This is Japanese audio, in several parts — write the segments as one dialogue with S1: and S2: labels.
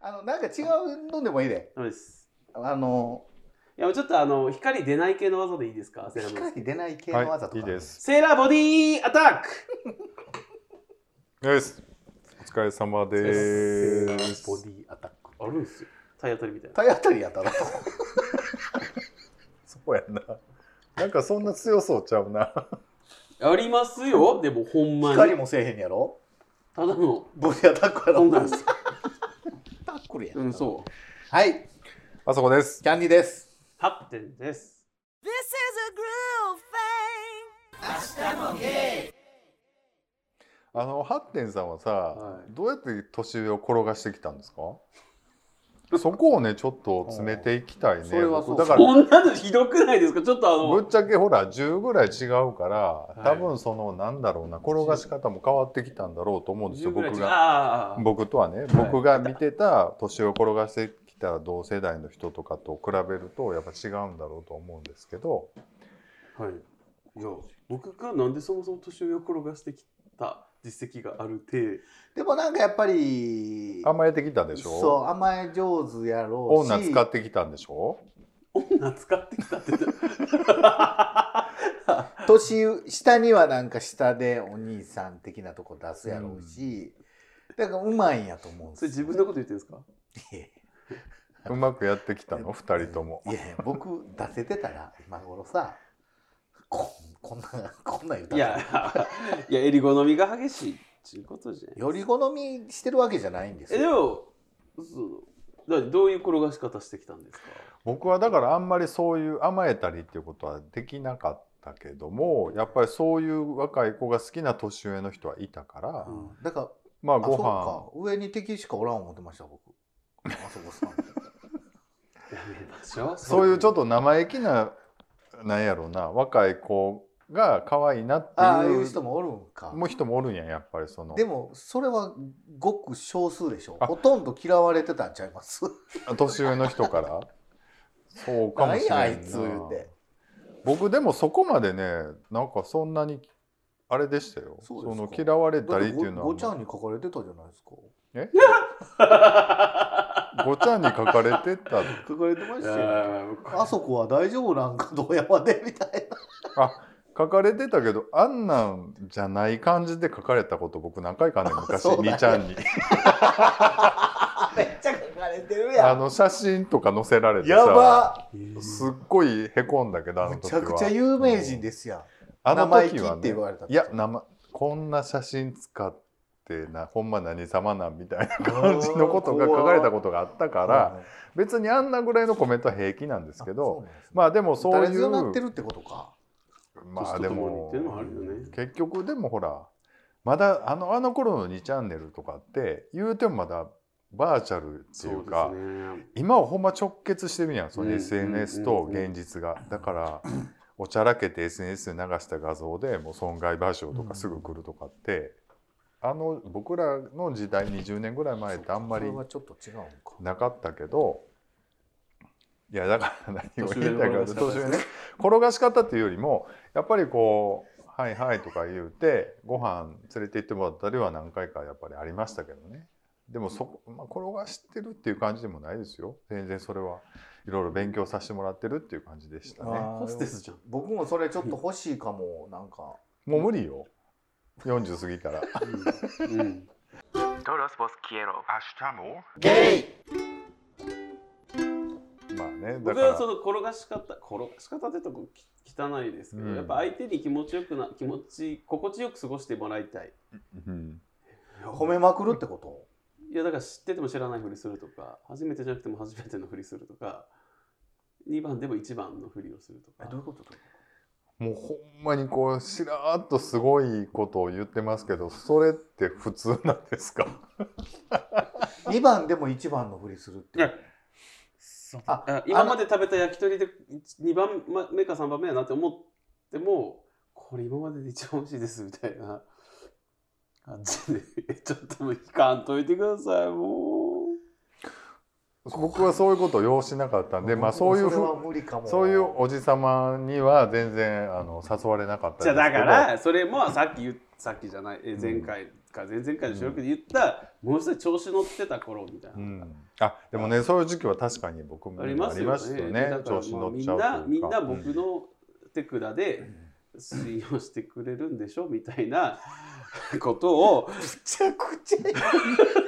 S1: あの、なんか違うのでもいいで。
S2: ダメです。
S1: あの、
S2: いや、ちょっとあの、光出ない系の技でいいですかセーラーボディ
S1: 光出ない系の技と
S3: はい、
S1: か。
S3: いいです。
S2: セーラーボディーアタック
S3: です。お疲れ様で
S2: セーラ
S3: ー
S2: ー
S3: す。
S2: ボディーアタック。あるんですよ。体当たりみたいな。
S1: 体当たりやったな。
S3: そうやな。なんかそんな強そうちゃうな。
S2: ありますよ、でもほんま
S1: 光
S2: に。
S1: もせえへんやろ
S2: ただの、
S1: ボディアタックやろ
S2: そんなんですよ。
S1: タックルや
S2: うん、そう。
S1: はい、
S3: あそこです。
S1: キャンディです。
S2: 8点です。
S4: This is a groove thing.
S3: あのハッテンさんはさ、
S2: はい
S3: どうやって年上を転がしてきたんですか。そこをねちょっと詰めていきたいね。
S1: それはそう
S3: 僕だから
S2: こんなのひどくないですかちょっとあ
S3: ぶ
S2: の、
S3: っちゃけほら10ぐらい違うから、
S2: い
S3: 多分そのなんだろうな転がし方も変わってきたんだろうと思うんですよ
S2: 10ぐらい
S3: 僕
S2: 違う
S3: が
S2: あーあーあー
S3: 僕とはね、僕が見てた年を転がしてきた同世代の人とかと比べるとやっぱ違うんだろうと思うんですけど
S2: はい。いや、僕がなんでそもそも年上を転がしてきた実績があるて、
S1: でもなんかやっぱり、
S3: 甘えてきたでし
S1: そ
S3: ょ
S1: う、甘え上手やろうし。
S3: 女使ってきたんでしょ
S2: 女使ってきたって言って
S1: 年上下にはなんか下でお兄さん的なとこ出すやろうし、だからうまいんやと思うんで
S2: そ
S1: す
S2: れ
S1: よ
S2: 自分のこと言ってるんですか
S1: いや
S3: うまくやってきたの2人とも。
S1: いやいや僕出せてたら今頃さこんこんなこんなん言うた
S2: い
S1: ら
S2: や、いや、襟好みが激しいっていうことじゃない
S1: より好みしてるわけじゃないんです
S2: え、で
S1: よ
S2: も、そうだからどういう転がし方してきたんですか
S3: 僕はだからあんまりそういう甘えたりっていうことはできなかったけどもやっぱりそういう若い子が好きな年上の人はいたから、
S2: うん
S1: だから
S3: まあ
S1: あ
S3: ご飯
S1: そうか上に敵しかおらん思って ました僕あそこさん
S2: やめましょう。
S3: そういうちょっと生意気ななんやろうな若い子が可愛いなって
S1: ああい
S3: いう
S1: う人もおるんか
S3: もう人もおるんややっぱりその
S1: でもそれはごく少数でしょ
S3: あ
S1: ほとんど嫌われてたんちゃいます
S3: 年上の人から そうかも
S1: 何
S3: しれ
S1: や
S3: な
S1: あ
S3: い
S1: いつ言うて
S3: 僕でもそこまでねなんかそんなにあれでしたよ
S1: そ
S3: そう
S1: ですか
S3: の嫌われた
S1: だっ
S3: りってていう
S1: ご
S3: のは
S1: ごちゃんに書かれてたじゃないですか
S3: ごちゃんに書かれてたって
S1: 書かれてましたよ
S2: あ
S1: あそこは大丈夫なんかどうやまでみたいな
S3: 書かれてたけどあんなんじゃない感じで書かれたこと僕何回かね 昔
S1: そうなんや
S3: にちゃんに
S1: めっちゃ書かれてる
S3: あの写真とか載せられてさ
S1: やば
S3: すっごいへこんだけどあの
S1: む
S3: 時
S1: ち
S3: は
S1: ゃくちゃ有名人ですやん
S3: あの
S1: 生意気
S3: 時は
S1: って
S3: ね
S1: 言われた
S3: いや生こんな写真使ってなほんま何様なんみたいな感じのことが書かれたことがあったから別にあんなぐらいのコメントは平気なんですけどまあでもそう
S1: 誰
S3: い
S1: 強なって
S3: う
S1: るってことか
S3: まあで
S2: 年とと
S3: も
S2: もにっていうのはあるよね
S3: 結局でもほらまだあのあの頃の2チャンネルとかって言うてもまだバーチャルって
S2: そ
S3: いう
S2: で
S3: う
S2: す
S3: か
S2: ね。
S3: 今はほんま直結してるやんその
S2: うん
S3: SNS
S2: うん
S3: と
S2: うんうん
S3: 現実が、だからおちゃらけて SNS で流した画像でもう損害賠償とかすぐ来るとかって、あの僕らの時代20年ぐらい前ってあんまり
S1: それはちょっと違うんか
S3: なかったけどいやだから何を言いたいかという
S2: 年
S3: と年
S2: 上
S3: 上
S2: の
S3: ね転がし方っていうよりもやっぱりこう「はいはい」とか言うてご飯連れて行ってもらったりは何回かやっぱりありましたけどねでもそこ、まあ、転がしてるっていう感じでもないですよ全然それはいろいろ勉強させてもらってるっていう感じでしたね
S2: ホステスじゃん。
S1: 僕もそれちょっと欲しいかもなんか
S3: もう無理よ40過ぎたら
S2: うん。
S5: Todos vos quiero.
S1: ゲイ
S3: まあねだ
S2: 僕
S3: か
S2: はそ
S3: ら
S2: の転がし方、転がし方ってとこき汚いですけど、
S3: うん
S2: やっぱ相手に気持ちよくな、気持ち、心地よく過ごしてもらいたい。
S3: うん
S1: 褒めまくるってこと
S2: いやだから知ってても知らないふりするとか初めてじゃなくても初めてのふりするとか2番でも1番のふりをすると
S1: え
S2: か
S1: どういうことどういう
S3: もうほんまにこうしらーっとすごいことを言ってますけどそれって普通なんですか
S1: こと2番でも1番のふりするって
S2: いや
S1: あ
S2: あ今まで食べた焼き鳥で2番目か3番目やなって思ってもこれ今までで一番美味しいですみたいな 感じでちょっともう引かんといてくださいもう
S3: 僕はそういうことを要しなかったんで、まあ、そういう
S1: それは
S3: ふ
S1: 無理かも
S3: そういうおじさまには全然あの誘われなかった
S2: じゃあだ
S3: ですけど
S2: からそれもさっき言っさっきじゃないえ前回か前々回の収録で言った、もう一つ調子乗ってた頃みたいな、
S3: うん、あでもねそういう時期は確かに僕も
S2: あ
S3: あり
S2: りま
S3: ますし
S2: よね
S3: た
S2: だ
S3: ね
S2: から
S3: 調子
S2: まあ
S3: 乗っ
S2: みん
S3: ちゃうという
S2: な
S3: か
S2: みんな僕
S3: うん
S2: の手札で信用してくれるんでしょみたい なことを
S1: めちゃくちゃめ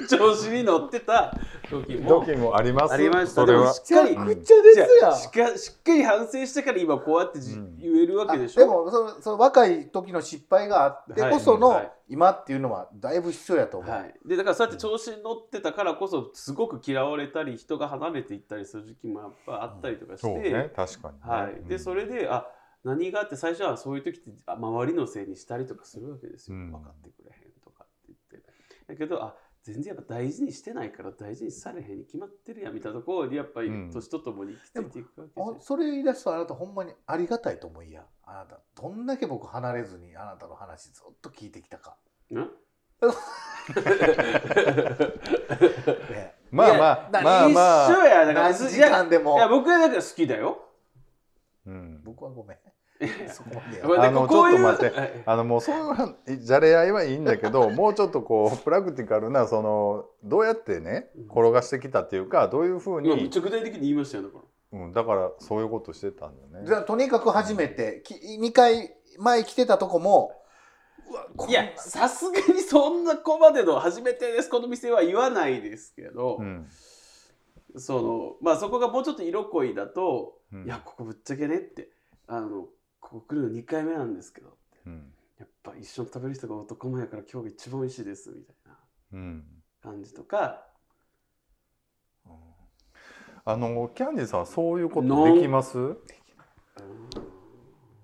S2: 調子に乗ってた時も
S3: 時もあります
S2: ありました
S3: それ
S2: でも
S3: は
S2: しっ
S1: ちゃ
S2: かり
S1: くちゃですやん
S2: しかしっかり反省してから今こうやってじ、
S3: うん
S2: 言えるわ
S1: あ
S2: けでしょ
S1: でもそのその若い時の失敗があってこそ
S2: はいは
S1: の
S2: い
S1: 今っていうのはだいぶ必要やと思う、
S2: はい、でだからそうやって調子に乗ってたからこそすごく嫌われたり人が離れていったりする時期もやっぱあったりとかして、
S3: そうね確かにね、
S2: はい、でそれ
S3: で
S2: であ何があって最初はそういう時ってあ周りのせいにしたりとかするわけですよ、
S3: うん
S2: 分かってくれへんとかって言ってだけどあ全然やっぱ大事にしてないから大事にされへんに決まってるやんみたいなところにやっぱり
S3: うん
S2: 年とともに生きていくわけじゃん
S1: ほんそれ言い出すとあなたほんまにありがたいと思いやあなたどんだけ僕離れずにあなたの話ずっと聞いてきたか、
S2: うん
S1: ね、
S3: まあ
S1: い
S3: ま
S1: や
S3: あまあま
S2: 一
S3: あ、
S2: 緒やだから
S1: 何
S2: い
S1: 時
S2: や
S1: 間で
S2: いや
S1: も
S2: 僕はだから好きだよ
S3: うん、
S1: 僕はご めん
S2: や
S1: そこまでや
S2: ごめんね
S3: あの
S2: こういう
S3: ちょっと待って
S2: はい
S3: あのもうそういうじゃれ合いはいいんだけど もうちょっとこうプラクティカルなそのどうやってね転がしてきたっていうかどういうふう
S2: 今めっ
S3: に
S2: ち、ゃ具体的に言いましたよだから
S3: うん、だからそういうことしてたんだよ
S1: じゃ
S3: ね。
S1: あとにかく初めてき2回前来てたとこもうわこん
S2: い
S1: な
S2: やさすがにそんなこまでの初めてですこの店は言わないですけど、
S3: うん
S2: そのまあそこがもうちょっと色濃いだと「
S3: うん
S2: いやここぶっちゃけね」ってあの「ここ来るの2回目なんですけど
S3: うん
S2: やっぱ一緒に食べる人が男前やから今日が一番美味しいです」みたいな
S3: うん
S2: 感じとか
S3: あのキャンディーさんそういうことできます？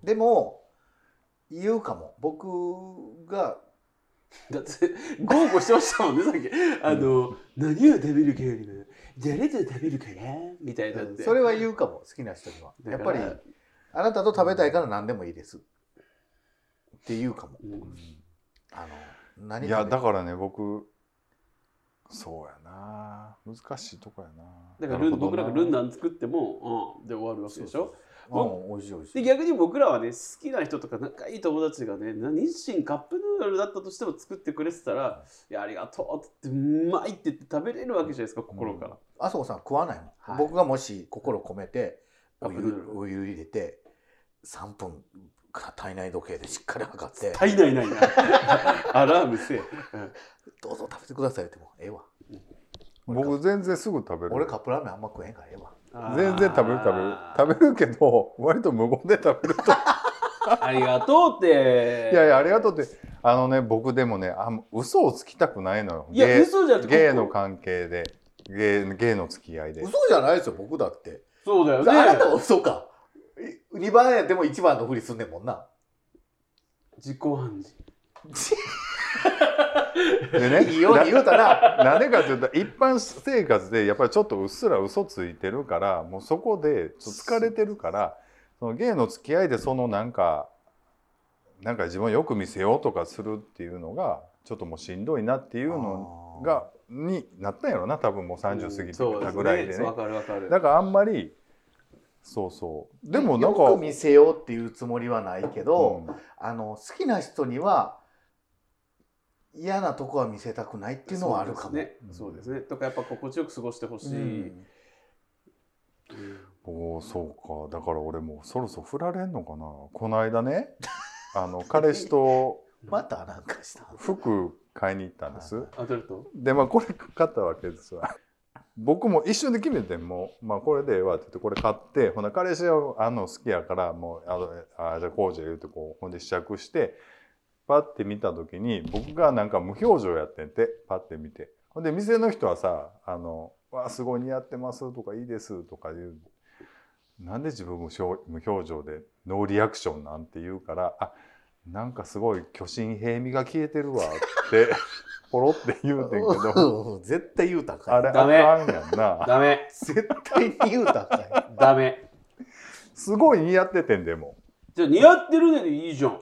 S1: でも言うかも僕が
S2: だって豪語してましたもんねさっき「あの何を食べるかよりも誰と食べるかな」みたいになって、
S1: それは言うかも好きな人にはや
S2: だ
S1: っ
S2: か
S1: ぱ
S2: ら
S1: りあなたと食べたいから何でもいいですって言うかも
S2: うん
S1: あの何
S3: いやだ
S1: か
S3: からね僕そうやな難しいとこやな。
S2: だからルン僕らがルン
S3: な
S2: ダン作っても、うん、で終わるわけでしょ
S1: うん美味しい美味し
S2: で
S1: い
S2: 逆に僕らはね好きな人とか仲いい友達がねな日清カップヌードルだったとしても作ってくれてたら「いやありがとう」って言って「うまい」って言って食べれるわけじゃないですか心から、
S1: 麻生さん食わないもん、
S2: はい
S1: 僕がもし心込めて
S2: カ
S1: お
S2: ップヌード
S1: 湯
S2: ル
S1: お湯入れて3分か体内時計でしっかり測って
S2: 体内 ないなアラームせえ、うん
S1: どうぞ食べてくださいって言ってもええわ
S3: 僕全然すぐ食べる。
S1: 俺カップラーメンあんま食えへんからええわ
S3: 全然食べる食べる食べるけど割と無言で食べると
S2: べるありがとうって
S3: いやいやありがとうってあのね僕でもねあもう嘘をつきたくないのよ
S2: いや
S3: ゲ
S2: 嘘じゃな
S3: ー
S2: くて
S3: ゲイの関係でゲイゲイの付き合いで
S1: 嘘じゃないですよ僕だって
S2: そうだ
S1: あ
S2: よね
S1: なたは嘘か2番やっても1番のふりすんねんもんな
S2: 自己暗示
S3: でね
S1: いいように言うた ら
S3: ななんでかっていうと一般生活でやっぱりちょっとうっすら嘘ついてるからもうそこでちょっと疲れてるからそのゲイの付き合いでそのなんかなんか自分をよく見せようとかするっていうのがちょっともうしんどいなっていうのがになったんやろな多分もう30過ぎ
S2: そう
S3: たぐらいでね,、
S2: わかるわかる
S3: だからあんまりそうそうでもなんか
S1: よく見せようっていうつもりはないけど、
S3: うん
S1: あの好きな人には嫌なとこは見せたくないっていうのはあるかも。
S2: そうですねそうですねとかやっぱ心地よく過ごしてほし
S1: う
S2: い、
S1: ん
S3: おおそうかだから俺もうそろそろ振られんのかなこの間ねあの彼氏と
S1: またなんかした。
S3: 服買いに行ったんです
S1: はい
S2: アドルト
S3: でまあこれ買ったわけですわ僕も一瞬で決めてもう、まあ、これでええわって言ってこれ買ってほな彼氏はあの好きやからもうあのあじゃあこうじゃ言うてこうほんで試着してパッて見た時に僕がなんか無表情やってんてパッて見てほんで店の人はさ「あのわあすごい似合ってます」とか「いいです」とか言うなんで自分無表無表情でノーリアクションなんて言うから「あなんかすごい巨神兵味が消えてるわ」って ポロって言うてんけど。
S1: うん 絶対言うたんかい
S3: あれ、
S2: ダメ
S3: あかんやんな。
S2: ダメ
S1: 絶対に言うたんかい
S2: ダメ
S3: すごい似合っててんでも。
S2: じゃあ似合ってるねでいいじゃん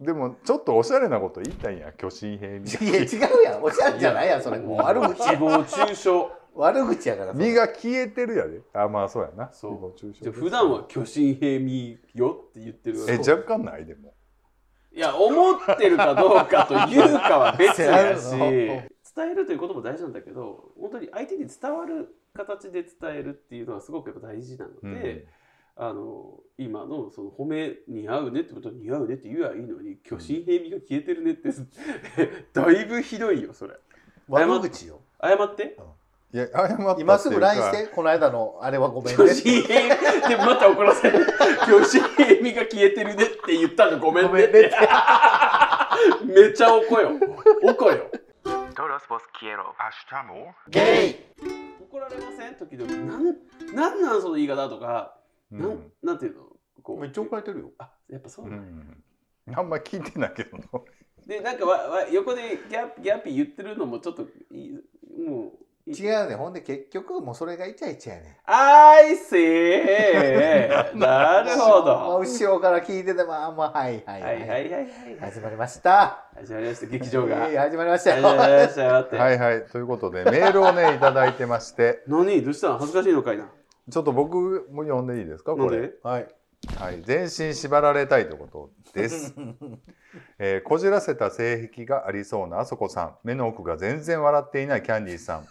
S3: でも、ちょっとおしゃれなこと言いたいんや、巨神兵みたい
S1: いや違うやんおしゃれじゃないやんそれもう悪口
S2: 誹謗中傷
S1: 悪口やからそれ
S3: 身が消えてるやであまあそうやな
S2: そう
S3: 誹謗中傷
S2: じゃあ普段は巨神兵味よって言ってるわけ
S3: え若干ないでも
S2: いや思ってるかどうかというかは別やし
S1: せや
S2: 伝えるということも大事なんだけど本当に相手に伝わる形で伝えるっていうのはすごくやっぱ大事なの
S3: うん
S2: で、あの今のその褒め似合うねってことは似合うねって言えばいいのに巨神兵味が消えてるねって だいぶひどいよそれ
S1: 悪口よ
S2: 謝って
S3: いや謝ったっていうか
S1: 今すぐ LINE してこの間のあれはごめん
S2: 巨
S1: ね
S2: 神兵味でまた怒らせる巨神兵味が消えてるねって言ったのごめん
S1: ごめ
S2: ねっ
S1: んねって
S2: てめっちゃ怒よ怒よ
S5: Todos vos quiero.
S2: ゲイ怒られません時々なんなんなんその言い方とか、
S3: う
S2: なんんなんていうのこう
S1: めっちゃ怒られてるよ
S2: あやっぱそう
S3: う
S2: なんだ、
S3: んあんま聞いてない けどな
S2: でなんかわわ横でギャギャピ言ってるのもちょっといもうい
S1: 違うねほんで結局もうそれがイチャイチャやね
S2: あいせーなるほ
S1: もう
S2: ど
S1: 後ろから聞いててもあんまあはいは
S2: はいいはいはいはい
S1: 始まりました
S2: 始まりました劇場が
S1: え
S2: 始
S1: ー始まりました
S2: まりま
S1: よ
S2: したよって、
S3: はいはいということでメールをねいただいてまして
S2: 何どうしたの恥ずかしいのかいな
S3: ちょっと僕も読んでいいですか
S2: な
S3: こ
S2: ん
S3: れ
S2: で
S1: はい
S3: はい全身縛られたいということ です、えーこじらせた性癖がありそうなあそこさん目の奥が全然笑っていないキャンディーさん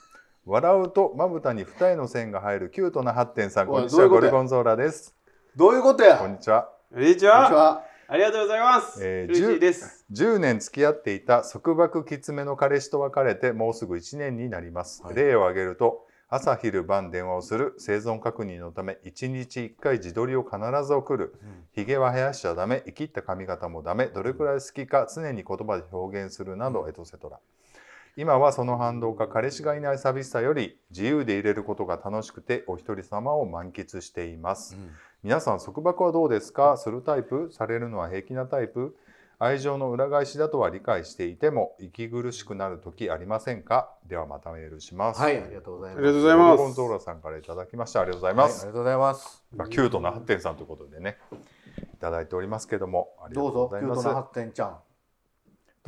S3: 笑うとまぶたに二重の線が入るキュートなハッテンさんこんにち
S1: お
S3: はい
S1: どういうことや
S3: ゴルゴンゾーラです
S1: どういうことや
S3: こ
S1: こ
S3: ん
S1: んに
S3: にちは
S2: こんにち
S1: ち
S2: は
S1: は
S2: ありがとうございます、
S3: えー
S2: 嬉しいです
S3: 10年付き合っていた束縛きつめの彼氏と別れてもうすぐ1年になります、
S1: はい
S3: 例を挙げると朝昼晩電話をする生存確認のため1日1回自撮りを必ず送るひげは生やしちゃダメ生きった髪型もダメどれくらい好きか常に言葉で表現するなどエトセトラ今はその反動か彼氏がいない寂しさより自由でいれることが楽しくてお一人様を満喫しています、皆さん束縛はどうですかするタイプされるのは平気なタイプ愛情の裏返しだとは理解していても息苦しくなる時ありませんかではまたメールします
S1: はいありがとうござい
S2: あ
S1: ま
S2: り
S1: す
S2: がとうござい
S3: ゴ
S2: ま
S3: ル
S2: す
S3: ゴンゾーラさんからいただきましたありがとうございます、
S1: はいありがとうございます
S3: まあ、キュートな発展さんということでね、いただいておりますけども、ありが
S1: ど
S3: と
S1: うぞ
S3: うござい
S1: キュー
S3: ま
S1: ト
S3: す。
S1: な
S3: どう
S1: 発展ちゃん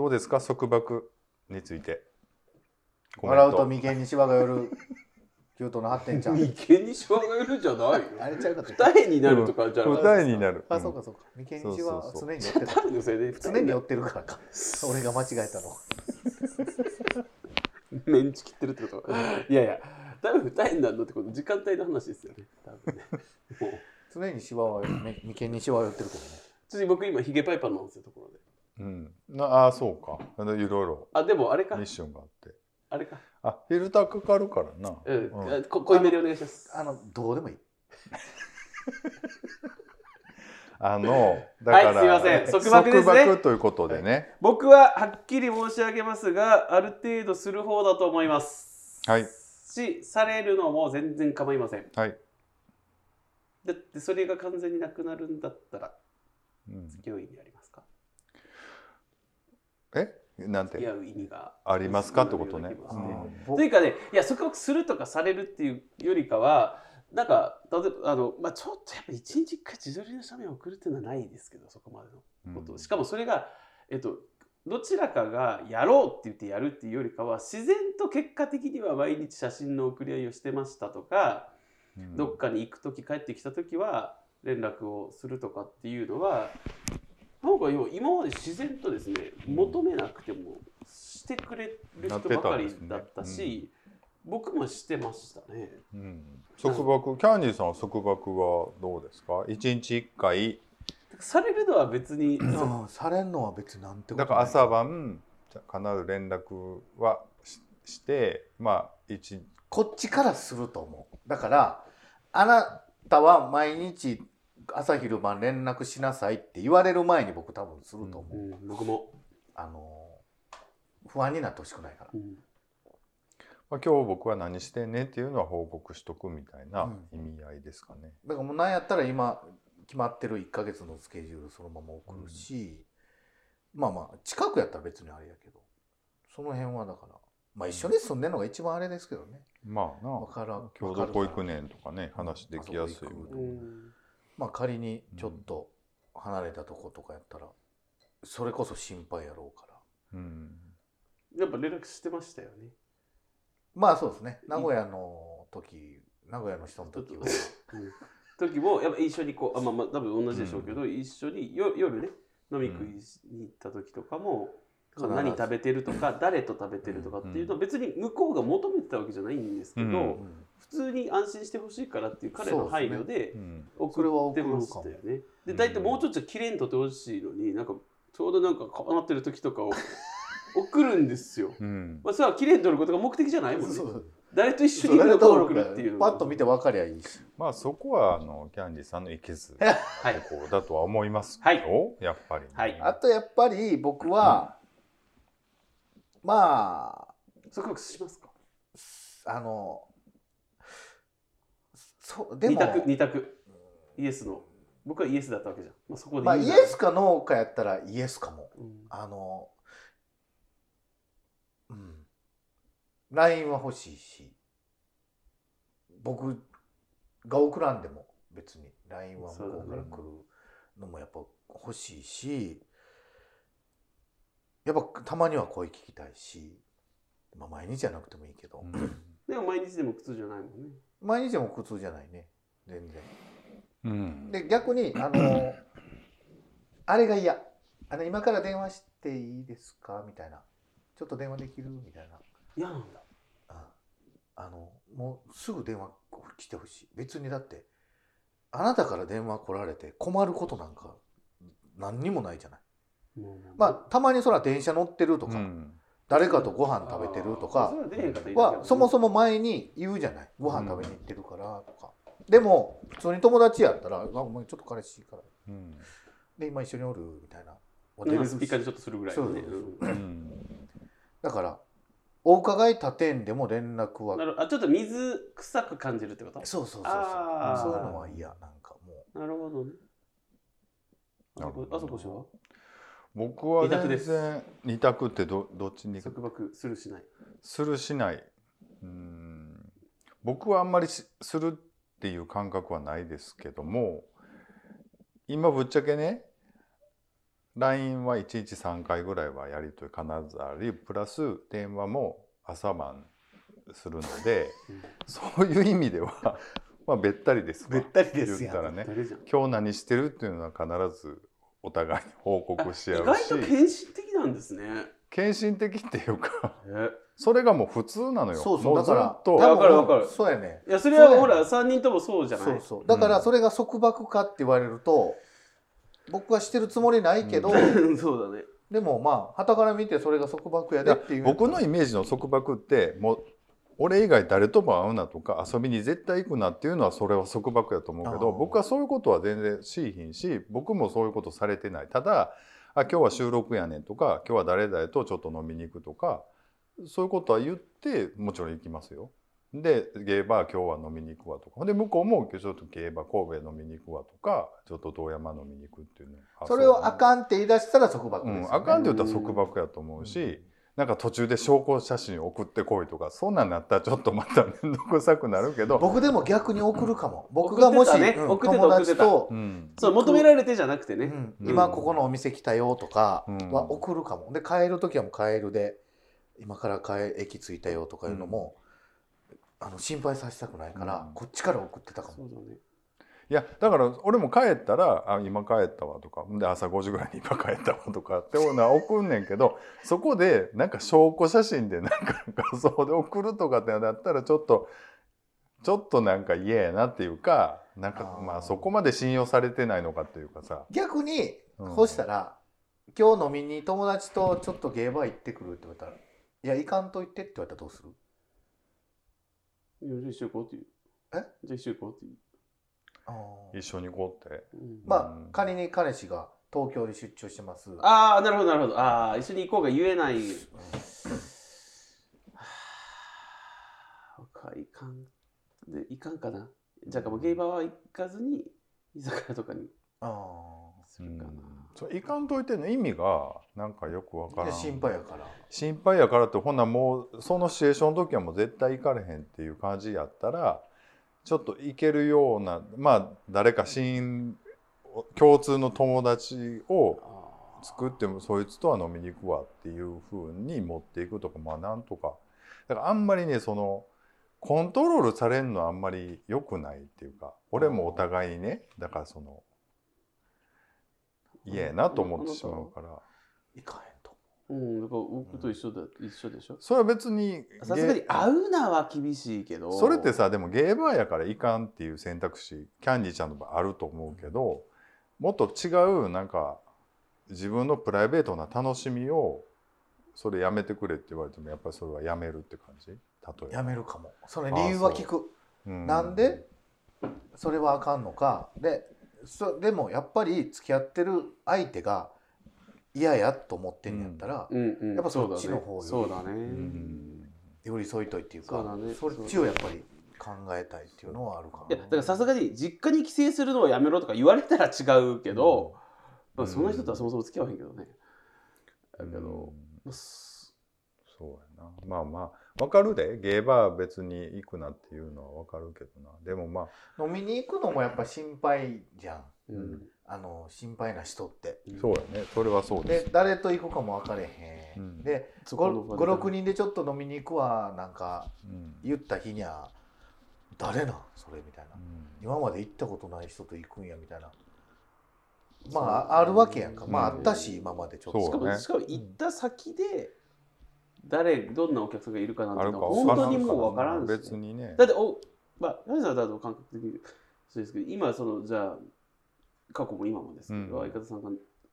S3: ですか、束縛について。コメント
S1: 笑うと眉間にシワが寄るキュートな発展ちゃん
S2: 眉間にシワがいるんじゃないよ
S1: あれちゃうかと
S2: 二重になるとかじゃな
S3: 二重になる。
S1: あそうかそうか眉間にシワは
S3: そうそう
S1: 常に寄ってた
S2: 女性で
S1: 常に寄ってるからか俺が間違えたの
S2: メンチ切ってるってこといやいや多分二重になるのってこの時間帯の話ですよね多分ねもう
S1: 常にシワは眉間にシワが寄ってるとこね
S2: ちなみに僕今ヒゲパイパンなんですよところで
S3: うん、なあ、そうか。あのいろいろ
S2: あでもあれか
S3: ミッションがあって。
S2: あれか
S3: あ、フィルターかかるからな。
S2: うん、
S3: うん
S2: あこ濃いめでお願いします
S1: あのどうでもいい
S3: あの、だ
S2: はい
S3: から、
S2: すいません束縛ですね
S3: 束縛ということでね。
S2: 僕ははっきり申し上げますがある程度する方だと思います
S3: はい
S2: しされるのも全然構いません
S3: はい。
S2: だってそれが完全になくなるんだったら
S3: うん、
S2: 付き合う意味ありますか
S3: え、なん
S2: 付き合
S3: て、
S2: う意味が
S3: ありますかってことね。
S2: ありますね
S3: うん
S2: というかね、いや、束縛するとかされるっていうよりかは、なんか、例えば、あの、まあ、ちょっとやっぱ一日一回自撮りの写メを送るっていうのはないですけど、そこまでの
S3: う
S2: こと。
S3: ん
S2: しかもそれが、えっと、どちらかがやろうって言ってやるっていうよりかは、自然と結果的には毎日写真の送り合いをしてましたとか、
S3: うん
S2: どっかに行く時帰ってきた時は連絡をするとかっていうのはなんか要は今まで自然とですね求めなくてもしてくれる人ばかりだった
S3: なってたんですね
S2: し僕もしてましたね。
S3: うん束縛、キャンディーさんは束縛はどうですか一日一回
S2: されるのは別に
S1: うんされんのは別になんてこと
S3: だから朝晩じゃ必ず連絡はししてまあ一
S1: こっちからすると思うだからあなたは毎日朝昼晩連絡しなさいって言われる前に僕多分すると思う、
S2: うん僕も、
S1: あの不安になってほしくないから
S2: うん
S3: まあ、今日僕は何してんねんっていうのは報告しとくみたいな
S1: うん
S3: 意味合いですかね。
S1: だからもうなんやったら今決まってる1ヶ月のスケジュールそのまま送るし、まあまあ近くやったら別にあれやけどその辺はだからまあ一緒に住んでるのが一番あれですけどね
S3: まあな
S1: 分からん
S3: 今日どこ行くねんとかね話できやすいよう
S1: う
S2: う
S3: に
S2: ん
S1: まあ仮にちょっと離れたとことかやったらそれこそ心配やろうから
S3: うん
S2: やっぱ連絡してましたよね。
S1: まあそうですね名古屋の時名古屋の人の時は
S2: 時もやっぱ一緒にこうあまあまあ多分同じでしょうけど、一緒によ夜ね飲み食いに行った時とか
S1: う
S2: も、
S1: ん
S2: 何食べてる とか誰と食べてるとかっていうのは別に向こうが求めてたわけじゃないんですけど、
S3: うん
S1: うん
S2: 普通に安心してほしいからっていう彼の配慮で
S3: うん
S2: 送ってましたよ
S1: それは
S2: ね。
S3: う
S2: で
S3: ん
S2: 大体もうちょっと綺麗に撮ってほしいのになんかちょうどなんかこうなってる時と かを送るんですよ。
S3: うん
S2: まあ、それは綺麗に撮ることが目的じゃないもんね
S1: そ。う
S2: 誰と一緒
S1: そう
S2: にい
S1: 誰
S2: るの
S1: と
S2: か
S1: お
S2: を
S1: る
S2: 送
S1: か
S2: るっていうの
S1: パ
S2: が
S1: ッと見て分かりゃいいし
S3: まあそこはあのキャンディーさんのいけず
S2: はい
S3: こうだとは思いますよ、
S2: はい
S3: やっぱり、
S2: はい
S1: あとやっぱり僕は、まあ
S2: 束縛しますか
S1: あのそうで
S2: 二
S1: も
S2: 択二択イエスの僕はイエスだったわけじゃん、まあ、そこで
S1: まあ、
S2: い
S1: イ
S2: いな
S1: エスかノーかやったらイエスかも
S2: うん
S1: あのうん LINE は欲しいし僕が送らんでも別に LINE は向こうから来るのもやっぱ欲しいし、やっぱたまには声聞きたいし、まあ、毎日じゃなくてもいいけど、
S2: でも毎日でも苦痛じゃないもんね
S1: 毎日でも苦痛じゃないね全然。
S3: うんうん
S1: で逆にあの あれが嫌あの今から電話していいですかみたいなちょっと電話できるみたいな
S2: 嫌なんだ
S1: ああのもうすぐ電話来てほしい別にだってあなたから電話来られて困ることなんか何にもないじゃないまあたまにそら電車乗ってるとか、
S3: うん
S1: 誰かとご飯食べてるとかはそもそも前に言うじゃないご飯食べに行ってるからとか、でも普通に友達やったら「あお前ちょっと彼氏いいから」
S3: うん
S1: で今一緒におるみたいな、
S2: もスピーカーでちょっとするぐらいのね
S1: そうそうそ
S3: うん
S1: だからお伺い立てんでも連絡
S2: うん
S1: は
S2: なるほどあちょっと水臭く感じるってこと
S1: そうそうそうそう
S2: あー
S1: そういうのは嫌なんかも
S2: なるほどね
S3: なるほど
S2: あそこしは
S3: 僕は
S2: 二択
S3: 全
S2: です
S3: 然二択ってどどっちに
S2: 束縛するしない
S3: するしないうん僕はあんまりしするっていう感覚はないですけども今ぶっちゃけね LINE は1日3回ぐらいはやりとり必ずありプラス電話も朝晩するので
S2: うん
S3: そういう意味では まあべったりですわ
S1: べったりですやん
S3: 言ったらね
S2: 誰じゃん
S3: 今日何してるっていうのは必ずお互いに報告し
S2: 意
S3: 合う
S2: 外と
S3: し
S2: 献身的なんですね
S3: 献身的っていうか
S2: え
S3: それがもう普通なの
S1: う
S3: よ
S1: そうそう
S3: も
S1: だ
S3: ずっ
S1: から
S3: と
S2: わかるわかる
S1: そうやね
S2: いやそれは
S1: そうやね
S2: ほら三人ともそうじゃない
S1: そうそうだからそれが束縛かって言われると、僕はしてるつもりないけど、
S3: う
S2: そうだね
S1: でもまあ傍から見てそれが束縛やでっていう
S3: 僕のイ
S1: 味
S3: メージの束縛ってもう俺以外誰とも会うなとか遊びに絶対行くなっていうのはそれは束縛やと思うけ
S1: あ
S3: ど
S1: ー
S3: 僕はそういうことは全然しいひんし僕もそういうことされてないただあ今日は収録やねんとか今日は誰々とちょっと飲みに行くとかそういうことは言ってもちろん行きますよ。でゲーバー今日は飲みに行くわとかほんで向こうも今日ちょっとゲーバー神戸飲みに行くわとかちょっと遠山飲みに行くっていうね
S1: それをあ
S3: ん
S1: かんって言い出したら束縛
S3: う
S1: ですよ、ね
S3: ん、あかんって言ったら束縛やと思うし、なんか途中で証拠写真送ってこいとかそんなんなったらちょっとまた面倒くさくなるけど、
S1: 僕でも逆に送るかも僕がもし、
S2: 送ってたね
S1: うん
S2: 送ってた
S1: 友達と
S3: うん
S2: そう求められてじゃなくてね、
S1: うん
S2: うん
S1: 今ここのお店来たよとか
S3: うん
S1: は送るかも、で帰る時はもう帰るで今から帰駅着いたよとかいうのも、あの心配させたくないから、
S3: うん
S1: こっちから送ってたか
S2: そ
S1: も
S2: うだね
S3: いやだから俺も帰ったら「あ今帰ったわ」とかで朝5時ぐらいに「 今帰ったわ」とかっていうのは送んねんけどそこでなんか証拠写真でなんか画像で送るとかってなったらちょっとちょっとなんか嫌やなっていうかなんか
S1: あー
S3: まあそこまで信用されてないのかっていうかさ。
S1: 逆に
S3: うん
S1: 干したら、今日飲みに友達とちょっとゲーバー行ってくるって言われたら「いや行かんといて」って言われたらどうする
S2: いやじゃあ一緒に行こうっていう
S1: え
S2: じゃあ一緒に行こうっていう
S1: あー
S3: 一緒に行こうって
S2: うん
S1: ま
S3: う
S1: あ
S3: ん
S1: 仮に彼氏が東京に出張してます
S2: ああなるほどなるほどああ一緒に行こうが言えないはあいかんでいかんかなじゃあもうゲイバーは行かずに居酒屋とかに
S1: あ
S2: するかな、
S3: それいかんといての意味がなんかよくわか
S1: ー
S3: ら
S1: で
S3: ん
S1: 心配やから
S3: 心配やからってほんならもうそのシチュエーションの時はもう絶対行かれへんっていう感じやったらちょっと行けるようなまあ誰か親共通の友達を
S2: あ
S3: 作ってもそいつとは飲みに行くわっていう風に持っていくとかまあなんとかだからあんまりねそのコントロールされるのはあんまり良くないっていうか俺もお互いにねだからその嫌やなと思ってしまうから
S1: いかへんと。
S2: うん、だから僕と一緒だ、一緒でしょ。
S3: それは別に
S2: さすがに
S3: ゲ
S2: 会うなは厳しいけど。
S3: それってさでもゲーバーやからいかんっていう選択肢キャンディーちゃんの場合あると思うけどもっと違うなんか自分のプライベートな楽しみをそれやめてくれって言われてもやっぱりそれはやめるって感じ例え
S1: や
S3: ば、
S1: めるかも。それ理由は聞く。
S3: う
S1: なんでそれはあかんのか。で、そでもやっぱり付き合ってる相手が嫌やと思ってんやったら、
S2: うんうん、
S1: やっぱそっちの方より
S2: そうだね。そうだね
S3: うん
S1: 寄り添いといっていう
S2: そ
S1: か
S2: うだね
S1: そっちをやっぱり考えたいっていうのはあるか
S2: いや
S1: な。
S2: だからさすがに実家に帰省するのをやめろとか言われたら違うけど、まあ、その人とはそもそも付き合わへんけどね。だけど、まあす
S3: そうやなまあまあわかるでゲーバー別に行くなっていうのはわかるけどなでもまあ
S1: 飲みに行くのもやっぱ心配じゃん。
S2: うん
S1: あの心配な人って。
S3: そうやねそれはそうで、
S1: です誰と行くかも分かれへん。
S3: うん
S1: で56人でちょっと飲みに行くわなんか
S3: うん
S1: 言った日にゃ誰なんそれみたいな
S3: うん
S1: 今まで行ったことない人と行くんやみたいなまああるわけやんかまああ
S3: うん
S1: ったし今までちょっと
S2: しか
S3: そう
S2: も、
S3: ね
S2: しかも行った先で誰どんなお客さんがいるかなんて
S3: あ
S2: いう
S3: る
S2: の
S3: か
S2: は
S3: わから
S2: 本
S3: ん
S2: 当にもう分からんし、
S3: 別にね
S2: だっておまあ皆さんだと感覚的にそうですけど今そのじゃあ過去も今もですけど、
S3: うん
S2: 相方さんが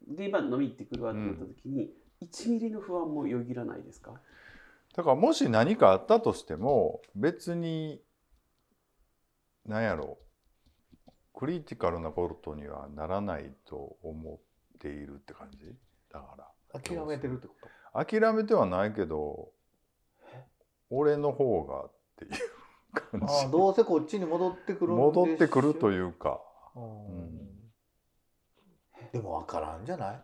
S2: で今飲み行ってくるわってなった時に、1ミリの不安もよぎらないですか
S3: だからもし何かあったとしても別に何やろうクリティカルなことにはならないと思っているって感じだか
S1: 諦めてるってこ
S3: ら諦めてはないけど俺の方がっていう
S1: と
S3: 感
S1: ああ
S3: じ
S1: どうせこっちに戻ってくるんでしょ
S3: 戻ってくるというか
S1: うん
S3: ん
S1: でも分からんじゃない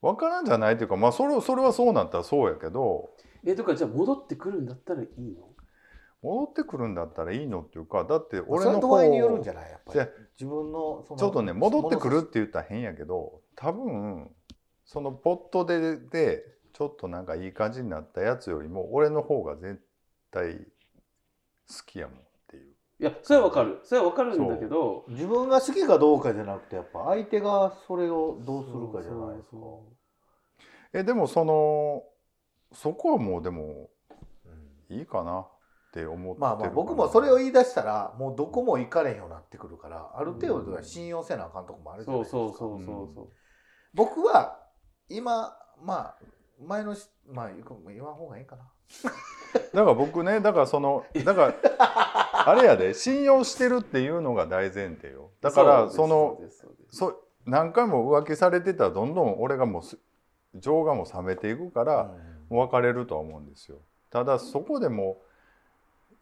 S3: 分からんじゃないというかまあそれそれはそうなったらそうやけど
S2: えとかじゃあ戻ってくるんだったらいいの
S3: 戻ってくるんだったらいいのっていうかだって
S1: 俺
S3: 俺
S1: の
S3: の
S1: 度
S3: 方
S1: 合いによるんじゃないやっぱ
S3: じゃ
S1: り
S3: あ
S1: 自分のその
S3: ちょっとね戻ってくるって言ったら変やけど多分そのポットででちょっとなんかいい感じになったやつよりも俺の方が絶対好きやもんっていう
S2: いやそれは分かるそれは分かるんだけど
S1: 自分が好きかどうかじゃなくてやっぱ相手がそれをどうするかじゃないですか。
S3: えでもそのそこはもうでも
S1: うん
S3: いいかなって思ってるか
S1: まあ
S3: な
S1: まあ僕もそれを言い出したらもうどこも行かれへんようになってくるからある程度は信用せなあかんとこもあるじゃない
S2: そう
S1: ですか。
S2: そうそうそうそう、
S1: 僕は今まあ前のしまあ言う言わん方がいいかな。
S3: だから僕ねだからそのだからあれやで信用してるっていうのが大前提よだからその
S2: うですそうです
S3: そ何回も浮気されてたらどんどん俺がもうす情がもう冷めていくから、
S1: うん
S3: もう別れるとは思うんですよただそこでも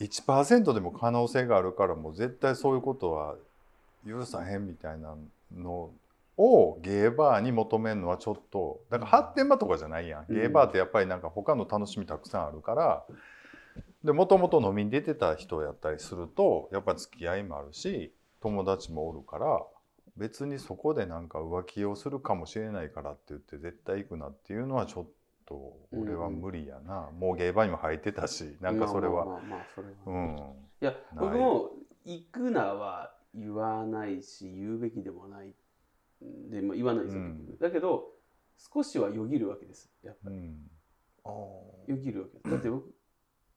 S3: 1%でも可能性があるからもう絶対そういうことは許さへんみたいなのをゲーバーに求めるのはちょっとだから発展場とかじゃないやん、
S2: うん
S3: ゲーバーってやっぱりなんか他の楽しみたくさんあるからでもともと飲みに出てた人やったりするとやっぱ付き合いもあるし友達もおるから別にそこでなんか浮気をするかもしれないからって言って絶対行くなっていうのはちょっと俺は無理やな、もうゲーバーにも入ってたしなんかそれは
S2: まあまあまあまあそれは
S3: うん
S2: いや
S3: ない
S2: 僕も行くなは言わないし言うべきでもないでも言わないですよ、
S3: うん
S2: 結局だけど少しはよぎるわけですやっぱ
S3: う
S2: り
S3: ん
S1: あー
S2: よぎるわけですだって僕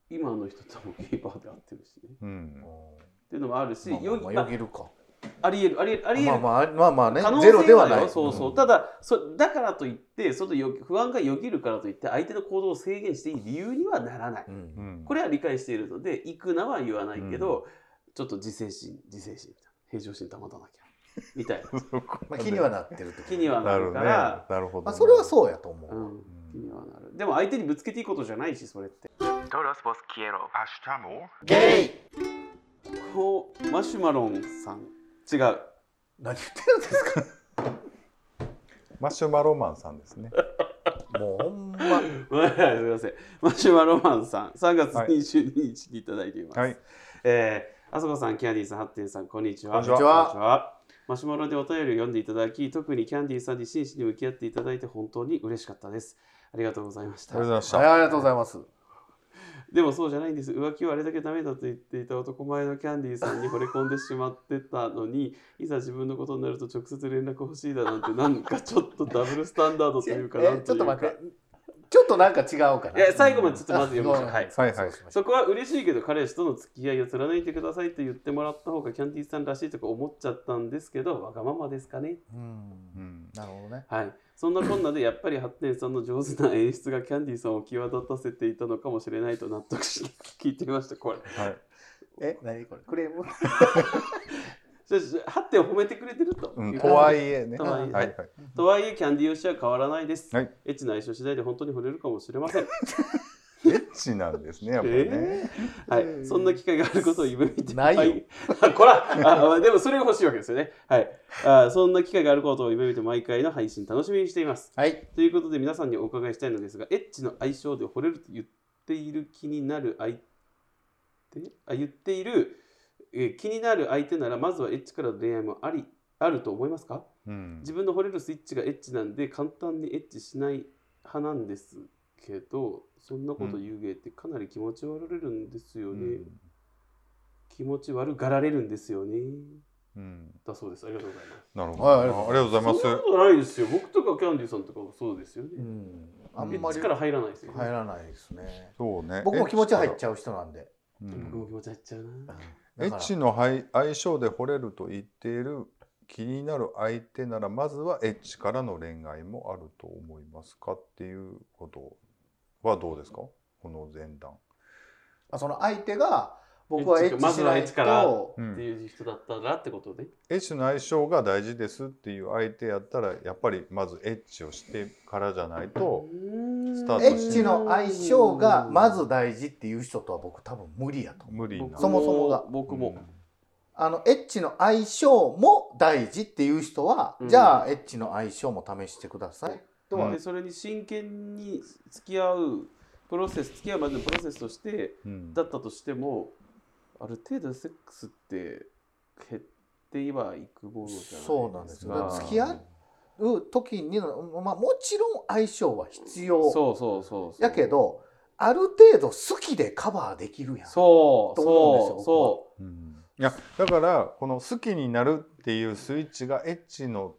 S2: 今の人ともゲイバーで会ってるしねっ
S3: うん
S2: ていうのもあるし、
S1: まあ
S2: よぎ
S1: まあ
S2: ま
S1: よぎるか。
S2: あありえるありえるありえる、
S1: まあまあまあまあね
S2: 可能
S1: ゼ
S2: 性
S1: ロでは
S2: は
S1: な。
S2: ないいそうそう、
S1: ん
S2: ただそだからといってそのよ不安がよぎるからといって相手の行動を制限していい理由にはならない、
S1: うん
S3: うん
S2: これは理解しているので行くなは言わないけど、ちょっと自制心自制心みたいな平常心保たなきゃみたいな
S1: まあ気にはなってるってこと
S2: 気にはな
S3: な
S2: る
S3: るね
S2: から
S3: なるほど、
S1: まあそれはそうやと思
S2: う
S1: う。
S2: ん気にはなるでも相手にぶつけていいことじゃないしそれって。
S5: Todos vos quiero.
S1: ゲイ
S2: こうマシュマロンさん違う
S1: 何言ってるんですか。
S3: マシュマロマンさん ですね
S1: もうほん ま。
S2: はいすみません。マシュマロマンさん、3月22日にいただいています。
S3: はい
S2: えーあそこさん、キャンディーさん、ハッテンさん、こんにちは。
S1: こんにちは
S2: マシュマロでお便りを読んでいただき、特にキャンディーさんに真摯に向き合っていただいて本当に嬉しかったです。ありがとうございまし
S3: あ
S2: た
S3: りがとう。ございました
S1: はいありがとうございます。
S2: でもそうじゃないんです浮気はあれだけダメだと言っていた男前のキャンディーさんに惚れ込んでしまってたのにいざ自分のことになると直接連絡欲しいだなんてなんかちょっとダブルスタンダードというかな
S1: え
S2: ん
S1: ち
S2: と
S1: ょ
S2: い
S1: っ
S2: うか
S1: と待ってちょっとなんか違うか
S2: い
S1: な
S2: や最後までちょっとまず読みましょ
S1: う
S2: う
S1: ん
S2: はい
S3: はいはい
S1: そうしましょ
S2: そこは嬉しいけど彼氏との付き合いを貫いてくださいと言ってもらった方がキャンディーさんらしいとか思っちゃったんですけどわがままですかね
S1: うう
S3: うんん
S1: なるほどね
S2: はい、そんなこんなでやっぱり発展さんの上手な演出がキャンディーさんを際立たせていたのかもしれないと納得して聞いてみましたこれ
S3: はい
S1: え何これクレーム
S2: そして発展を褒めてくれてると
S3: う
S2: い
S3: ん、
S2: う
S3: とはいえね
S2: とはいえ
S3: はいはい
S2: とはいえキャンディー推しは変わらないです、
S3: はい
S2: エッチな相性次第で本当に触れるかもしれません
S3: エッチなんですねやっぱりね、
S2: はい、そんな機会があることを夢見て
S1: ないよ
S2: はいあこらあでもそれが欲しいわけですよねはいあそんな機会があることを夢見て毎回の配信楽しみにしています
S1: はい
S2: ということで皆さんにお伺いしたいのですがエッチの相性で惚れると言っている気になる相手あ言っている、えー気になる相手ならまずはエッチからの恋愛もありあると思いますか
S3: うん
S2: 自分の惚れるスイッチがエッチなんで簡単にエッチしない派なんですけどそんなこと言う芸ってかなり気持ち悪れるんですよ
S3: う
S2: ね、
S3: ん
S2: 気持ち悪がられるんですよね
S3: うん、
S2: だそうですありがとうございます
S3: なるほど、
S1: はいあ
S3: あ
S1: り
S3: り
S1: がと
S3: が
S1: うご
S3: とうご
S1: ざ
S3: ざいます
S2: そんなことないですよ僕とかキャンディーさんとかもそうですよね、
S1: うんあん
S2: エ
S1: ま
S2: ッ
S1: り
S2: チ
S1: 入
S2: から入らないですよね
S1: らないですね
S3: そうね
S1: 僕も気持ち入っち
S3: ゃ
S1: ゃう人なんで
S3: う、うん
S2: 僕も気持ち入っちゃうな
S3: エ
S1: だ
S3: ッ
S1: から
S3: チのはい相性で惚れると言っている気になる相手ならまずはエッチからの恋愛もあると思いますかっていうことはどうですかこの前段、
S1: あその相手が僕はエ
S2: エッチ
S1: ッチしない
S2: まずはエッチから
S1: と
S3: うん
S2: っていう人だったらってことで、
S3: エッチの相性が大事ですっていう相手やったらやっぱりまずエッチをしてからじゃないとスタート
S1: エッチの相性がまず大事っていう人とは僕多分無理やと思う
S3: 無理な
S2: 僕
S1: そもそもが
S2: 僕も、
S1: あのエッチの相性も大事っていう人は、
S2: うん
S1: じゃあエッチの相性も試してくださいとは、
S3: うん
S2: でそれに真剣に付き合うプロセス付き合うまでのプロセスとして
S3: うん
S2: だったとしてもある程度セックスって減ってはいくものじゃないですか
S1: そうなんですよだから付き
S2: 合
S1: 合う時にの、まあ、もちろん相性は必要
S2: そうそうそうそう
S1: やけどある程度好きでカバーできるやん
S2: そう
S1: と思うんですよ
S2: そうそ
S3: うんいやだからこの好きになるっていうスイッチがエッチの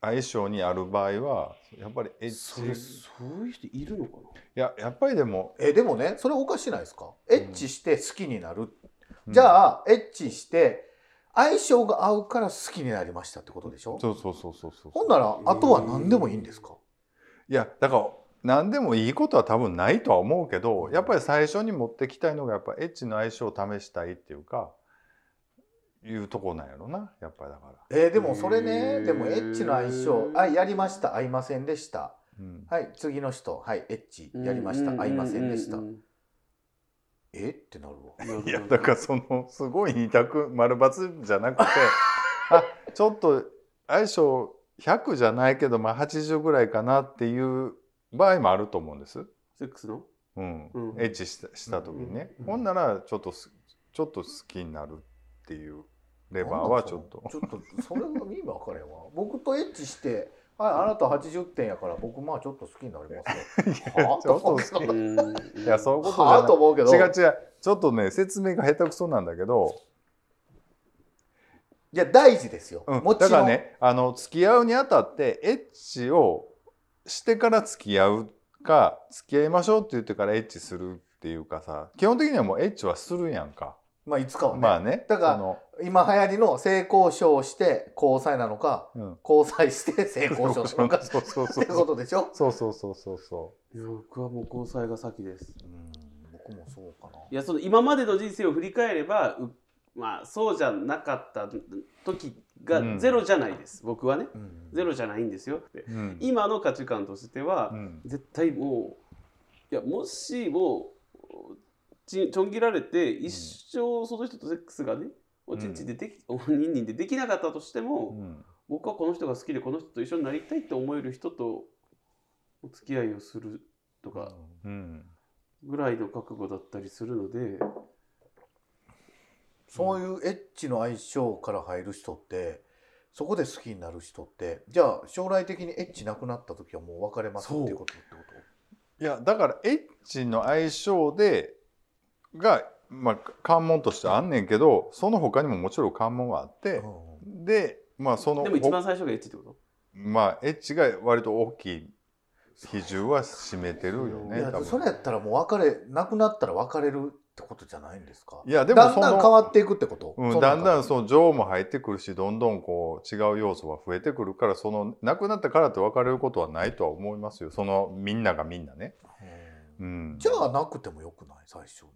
S3: 相性にある場合はやっぱりエ
S2: うそれ
S3: ッチ
S2: そういう人いるのかない
S3: ややっぱりでも、
S1: えでもねそれおかしないですかエッチして好きになる、
S3: うん
S1: じゃあエッチして相性が合うから好きになりましたってことでしょ
S3: そうそうそうそうそう
S1: ほんならあとは何でもいいんですか
S3: いやだから何でもいいことは多分ないとは思うけどやっぱり最初に持ってきたいのがやっぱエッチの相性を試したいっていうかいうとこなんやろなやっぱりだから、
S1: えーでもそれ
S2: へ
S1: ね
S2: ー
S1: でもエッチの相性あやりました合いませんでした
S3: うん、
S1: はい次の人はいエッチやりました合いませんでした
S2: う
S1: えってなるわ
S2: ううう
S3: いやだからそのすごい二択丸×じ ゃなくてあちょっと相性100じゃないけど、まあ、80ぐらいかなっていう場合もあると思うんです、
S2: セックスの
S3: うん
S2: うん
S3: エッチしたした時にね、
S1: うん
S3: ほんならちょっとすちょっと好きになるっていうレバーはちょっと
S1: ちょっとそれが意味分からへんわ僕とエッチしてはいあなた80点やから僕まあちょっと好きにな りますよはあ
S3: ちょっと好き
S1: と思う
S2: い
S3: いやそういうことじ
S1: は
S3: ゃ
S1: あと思うけど
S3: ない違う違うちょっとね説明が下手くそなんだけど、
S1: いや大事ですよ、
S3: うん
S1: もちろ
S3: だ
S1: ん
S3: からねあの付き合うにあたってエッチをしてから付き合うか付き合いましょうって言ってからエッチするっていうかさ基本的にはもうエッチはするやんか、
S1: まあいつかはね,、
S3: まあね
S1: だから
S3: その
S1: 今流行りの性交渉をして交際なのか
S3: うん
S1: 交際して性交渉なのかっ
S3: そ うそうそう
S1: てことでしょ、
S3: そうそうそうそうそ
S2: いや僕はもう交際が先です
S1: うん、僕もそうかない
S2: やその今までの人生を振り返ればうまあそうじゃなかった時
S3: うん
S2: がゼロじゃないです、僕はね
S1: うん
S2: ゼロじゃないんですよ
S3: う、うん
S2: 今の価値観としては、
S3: うん
S2: 絶対もういやもしもちちょん切られて一生その人とセックスがねおちんちんででき、おにんにんでできなかったとしても、
S3: うん
S2: 僕はこの人が好きでこの人と一緒になりたいって思える人とお付き合いをするとか
S3: うん
S2: ぐらいの覚悟だったりするので、
S1: そういうエッチの相性から入る人ってそこで好きになる人ってじゃあ将来的にエッチなくなった時はもう別れますっていうことってこ
S3: いやだからエッチの相性でが、まあ、関門としてあんねんけどその他にももちろん関門があって、でまあその
S2: でも一番最初がエッチってこ
S3: まあエッチが割と大きい比重は占めてるよ
S1: い
S3: ね多
S1: や
S3: 分
S1: それやったらもう別れなくなったら別れるってことじゃないんですか
S3: いやでも
S1: だん
S3: その
S1: だん変わっていくってこと、
S3: うん、だんだん
S1: う
S3: その情も入ってくるしどんどんこう違う要素は増えてくるからそのなくなったからって別れることはないとは思いますよそのみんながみんなね。
S1: うん
S3: うん、
S1: じゃあなくてもよくない最初に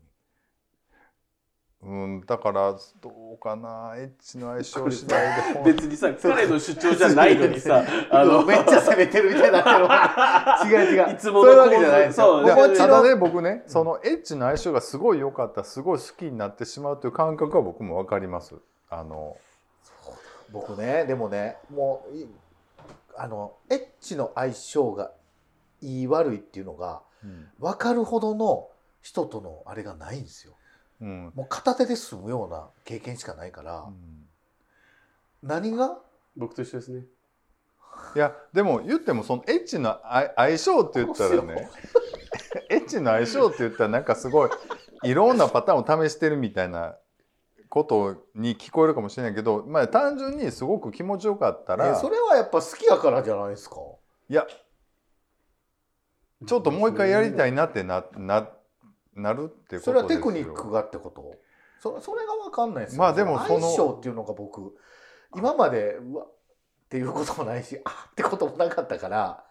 S3: うん、だからどうかなエッチの相性次第で
S2: と
S3: ほ ん
S2: 別にさ彼の主張じゃないの にさあの
S1: めっちゃ攻めてるみたいになってる 違う違う
S2: いつもの
S1: そういうわけじゃないですよ
S2: そう
S3: いや
S1: 僕は違う
S3: ただね僕ねそのエッチの相性がすごい良かったすごい好きになってしまうという感覚は僕も分かります。あの
S1: 僕ねでもねもういあのエッチの相性がいい悪いっていうのが
S3: うん
S1: 分かるほどの人とのあれがないんですよ
S3: うん
S1: もう片手で済むような経験しかないから、
S3: うん
S1: 何が
S2: 僕と一緒ですね
S3: いやでも言ってもそのエッチの相相性って言ったらねエッチの相性って言ったらなんかすごいいろんなパターンを試してるみたいなことに聞こえるかもしれないけど、まあ、単純にすごく気持ちよかったら、
S1: えそれはやっぱ好きやからじゃないですか
S3: いやちょっともう一回やりたいなってなななるってことですよ
S1: それはテクニックがってことそそれが分かんないですよ
S3: まあでもその
S1: 相性っていうのが僕今までうわっていうこともないし あってこともなかったから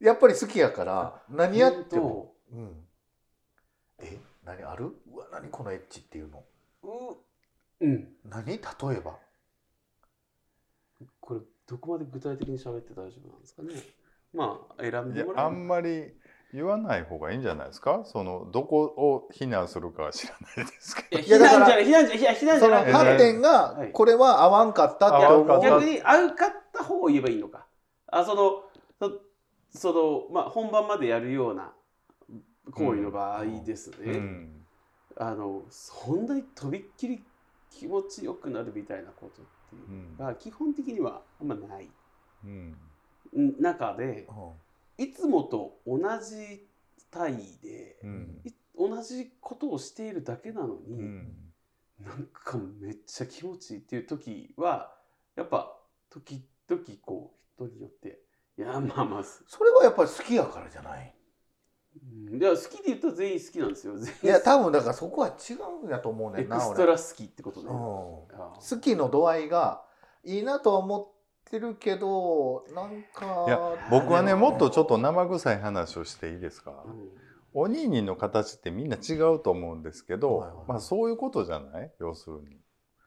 S1: やっぱり好きやから何やってもう
S2: と
S1: ん。え、何ある？うわ、何このエッチっていうの。
S2: ううん
S1: 何？例えば。
S2: これどこまで具体的に喋って大丈夫なんですかねまあ選ん
S3: い
S2: で
S3: や
S2: もら
S3: あ
S2: える
S3: んまり言わない方がいいんじゃないですかそのどこを非難するかは知らないですけど
S2: いや
S1: いやだから
S2: 避難じゃない避難じ
S1: その
S2: ゃない避難じゃな
S1: 観
S2: い
S1: 点が
S2: はい
S1: これは合わんかったって
S3: 合わんか
S1: 思
S3: っ
S1: う
S2: 逆
S3: た。
S2: に合うかった方を言えばいいのかあそのそそのまあ本番までやるような行為の場合ですね、
S3: うん
S2: あのそんなにとびっきり気持ちよくなるみたいなことっていううんのが基本的にはあんまない
S3: うん
S2: ん中で
S1: うん
S2: いつもと同じ体位で
S3: うん
S2: い同じことをしているだけなのに、
S3: うん
S2: なんかめっちゃ気持ちいいっていう時はやっぱ時々こう人によっていやまあまあす、
S1: それはやっぱり好きやからじゃない。
S2: うん、いや好きで言ったら全員好きなんですよ全員
S1: いや、多分だからそこは違うんやと思うね
S2: エ
S1: んな
S2: クス
S1: 俺。
S2: ト
S1: うん。
S2: ラ好きってことね、あ
S1: 好
S2: あ
S1: きの度合いがいいなとは思ってるけど、なんか
S3: いや僕は
S1: で
S3: ね
S1: も
S3: もっとちょっと生臭い話をしていいですか
S2: うん
S3: おにいにの形ってみんな違うと思うんですけ
S1: はいはい
S3: ど、まあ、そういうことじゃない要するに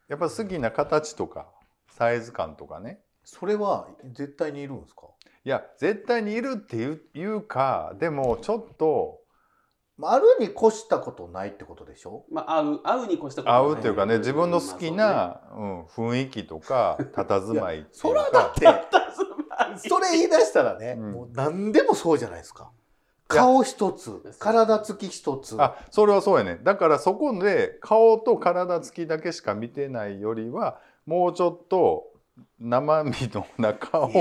S3: やっぱ好きな形とかサイズ感とかね
S1: それは絶対にいるんですか。
S3: いや絶対にいるっていういうかでもちょっと
S1: まああるに越したことないってことでしょ。
S2: まあ合う合うに越したことは
S3: 合
S2: な
S3: うっていうかね自分の好き
S2: まあ
S3: な、うん、雰囲気とか佇まいってい
S1: そうらだ
S3: か
S1: って。
S2: そうね
S1: それ言い出したらね、
S3: うん
S1: もう何でもそうじゃないですか。
S3: いや
S1: 顔一つ、体つき一つ。
S3: あそれはそうやねだからそこで顔と体つきだけしか見てないよりはもうちょっと生身の中を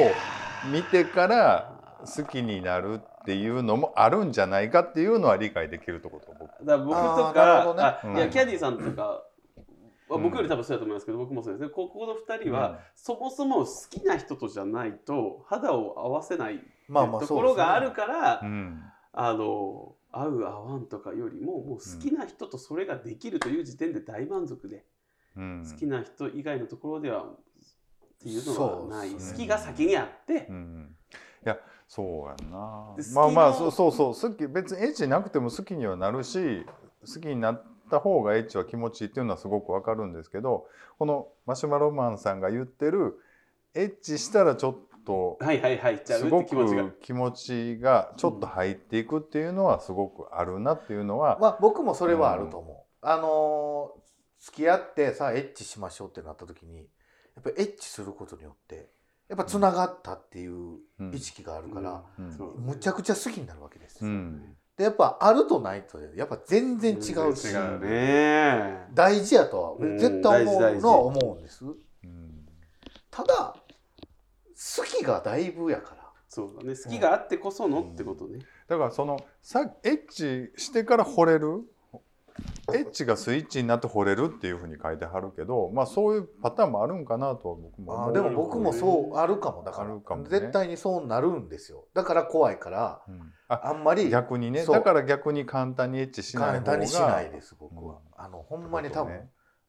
S3: 見てから好きになるっていうのもあるんじゃないかっていうのは理解できるってこと僕
S2: だから僕と
S1: あーなるほどね
S2: か、あ
S3: うん
S2: いやキャディさんとか、
S3: う
S2: は
S3: ん
S2: 僕より多分そうだと思いますけど、僕もそうですね。ここの二人は、
S3: うん
S2: そもそも好きな人とじゃないと肌を合わせないっていう
S1: まあまあ
S2: ところがあるから、
S3: うん
S2: あの合う合わんとかよりももう好きな人とそれができるという時点で大満足で、
S3: うん
S2: 好きな人以外のところではっていうのはない、
S1: そうです
S3: ね
S2: 好きが先にあって
S3: う、んいやそうやんな
S2: で好き
S3: ま
S2: な
S3: あまあそうそうそう好き別にエッチなくても好きにはなるし好きになった方がエッチは気持ちいいっていうのはすごくわかるんですけどこのマシュマロマンさんが言ってるエッチしたらちょっと
S2: はいはいはいちゃう
S3: す
S2: っ
S3: ご
S2: て気持ちが
S3: く気持ちがちょっと入っていくっていうのはすごくあるなっていうのは
S1: まあ、僕もそれはあると思う。あのー付き合ってさあエッチしましょうってなった時にやっぱりエッチすることによってやっぱつながったっていう
S3: うん
S1: 意識があるから、
S3: うん
S2: そう
S1: むちゃくちゃ好きになるわけです
S3: う
S1: よ、
S3: ん
S1: でやっぱあるとないとでやっぱ全然違うし
S2: 全然違うね
S1: 大事やとは俺絶対思うのは
S2: うん大事大事
S1: 思うんです。
S3: うん
S1: ただ好きがだいぶやから。
S2: そうだね好きがあってこそのってことね、
S3: だからそのさエッチしてから惚れるエッチがスイッチになって惚れるっていうふうに書いてはるけど、まあ、そういうパターンもあるんかなとは僕も
S1: あ
S3: 思
S1: ー
S3: う
S1: でも僕もそうあるかもだか
S3: あ
S1: ら
S3: るかもね
S1: 絶対にそうなるんですよだから怖いから
S3: うんあ
S1: あんまり
S3: 逆にね
S1: そう
S3: だから逆に簡単にエッチしな
S1: 簡
S3: い方が
S1: 単にしないです僕は、あのほ
S3: ほ
S1: んまに多分、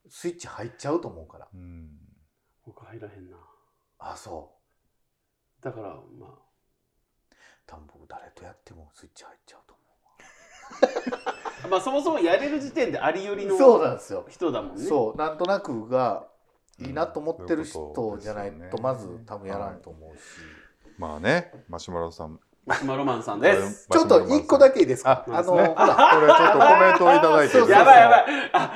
S1: スイッチ入っちゃうと思うから
S3: うん、
S2: 僕入らへんな
S1: あそう
S2: だからまあ
S1: 多分僕誰とやってもスイッチ入っちゃうと
S2: まあそもそもやれる時点でありより
S1: 思う
S2: の
S1: そうなんですよ
S2: 人だもんね。
S1: そうなんとなくが
S3: うん
S1: いいなと思ってる
S3: そういうこ
S1: 人
S3: と
S1: じゃない
S3: ですよ
S1: と
S3: ね
S1: まず多分やらんと思うし、
S3: まあねマシュマロさん
S2: マシュマロマンさんです。
S1: ちょっと一個だけいいですか
S2: あ
S1: あの、
S2: そうです
S1: ほら
S3: これちょっとコメントをいただい て
S1: そうそう
S2: やばいやば
S3: い
S2: い。あ、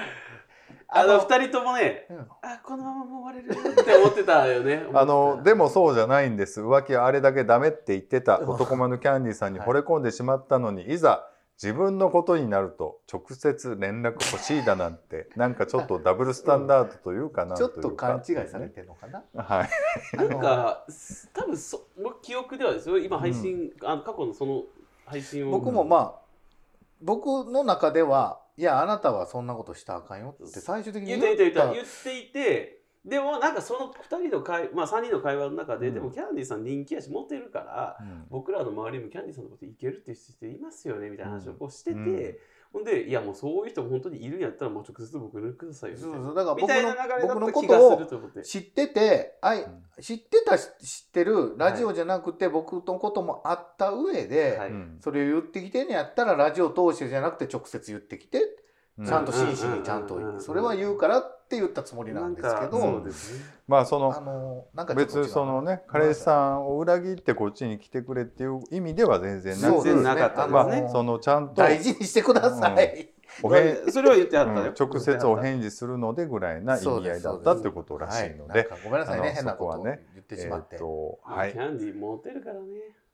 S2: あの
S1: あ
S2: 二人ともね、
S1: の
S2: あこのままもう終われるって思ってたよ ね。
S3: あので
S2: も
S3: もそうじゃないんです浮気はあれだけダメって言ってた男前のキャンディーさんに惚れ込んでしまったのに、い、ざ自分のことになると直接連絡欲しいだなんてなんかちょっとダブルスタンダードというかなん
S1: ち
S3: とい
S1: ょ
S3: う
S1: っ
S3: か
S1: と勘違いされてるのかな
S3: はい
S2: なんか多分そ僕記憶ではですよ。今配信、あの過去のその配信を
S1: 僕もまあ僕の中ではいやあなたはそんなことしたらあかんよって最終的に
S2: 言っていた言った言っていて。でもなんかその2人の会、まあ、3人の会話の中で、
S3: うん
S2: でもキャンディーさん人気やしモテるから僕らの周りにもキャンディーさんのこといけるっていう人いますよねみたいな話をこうしてて、
S3: うんうん
S2: ほんでいやもうそういう人も本当にいるんやったらもう直接僕連絡くださいよみた
S1: そ
S2: いうな
S1: そうだから
S2: み
S1: 僕
S2: たいな
S1: の
S2: 流れだ
S1: 僕の
S2: った
S1: こ
S2: 気が
S1: と
S2: する
S1: を
S2: と思って。
S1: 知っててあい
S3: ん
S1: 知ってたし知ってるラジオじゃなくて僕のこともあった上で、
S2: はい
S3: うん
S1: それを言ってきてんやったらラジオ通してじゃなくて直接言ってきて
S3: うん
S1: ちゃんと真摯にちゃんと
S2: うんうんうんうん
S1: それは言うからって言ったつもりなんですけ
S2: かそう
S1: ど
S2: ですね。
S3: まあそ
S1: あ
S3: の
S1: のなんかちょっと
S3: 別
S1: 違う
S3: にそのね彼氏さんを裏切ってこっちに来てくれっていう意味では全然な
S1: そう
S3: く
S1: ですね
S2: なかった
S3: ま
S2: ですね
S1: あ
S3: あ、
S1: の
S3: そのちゃんと
S1: 大事にしてください、
S3: お返
S2: まあそれは言っては
S3: う
S2: っ
S3: ん
S2: たよ。
S3: 直接お返事するのでぐらいな意
S1: そう
S3: 味合
S1: です
S3: いだったということらしいの
S1: はい、なん
S3: で、
S1: かごめんなさい
S3: あ
S1: ね
S3: の
S1: 変なこと
S3: そ
S1: を
S3: こは
S1: 言っ
S3: ね
S1: てしまって、
S3: えーとは
S2: はいキ、ャンディーモテるからね。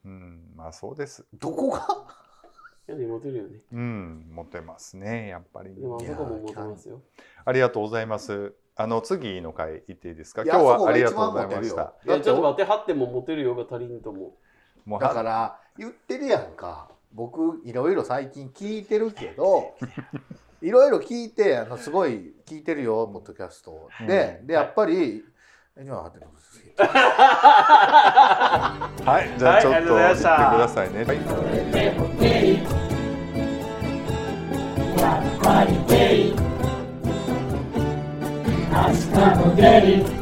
S3: うん、まあそうです。
S1: どこが
S2: キャンディーモテるよね。
S3: うん、モテますね、やっぱり。
S2: でもあ
S1: い
S2: そ
S1: や
S2: こもモテますよ。
S3: ありがとうございます。あの次の回行っていいですか。
S1: いや
S3: 今日
S1: そこ
S3: は
S1: が
S3: あり
S1: 一
S3: がと
S1: 番
S3: うございまし
S1: モ
S3: た
S1: テ。
S2: い
S1: るよ
S2: やちょっと待って、張ってもモテるよが足りんと思
S3: もう
S1: だから言ってるやんか僕いろいろ最近聞いてるけど いろいろ聞いてあのすごい聞いてるよポッドキャストをで,、
S3: う
S1: でやっぱりえ今はてなことですけど
S3: はい、じゃあちょっと
S2: はいあ
S3: 行っ
S2: りがとうございました
S3: てくださいね。
S6: Hasta Spaghetti.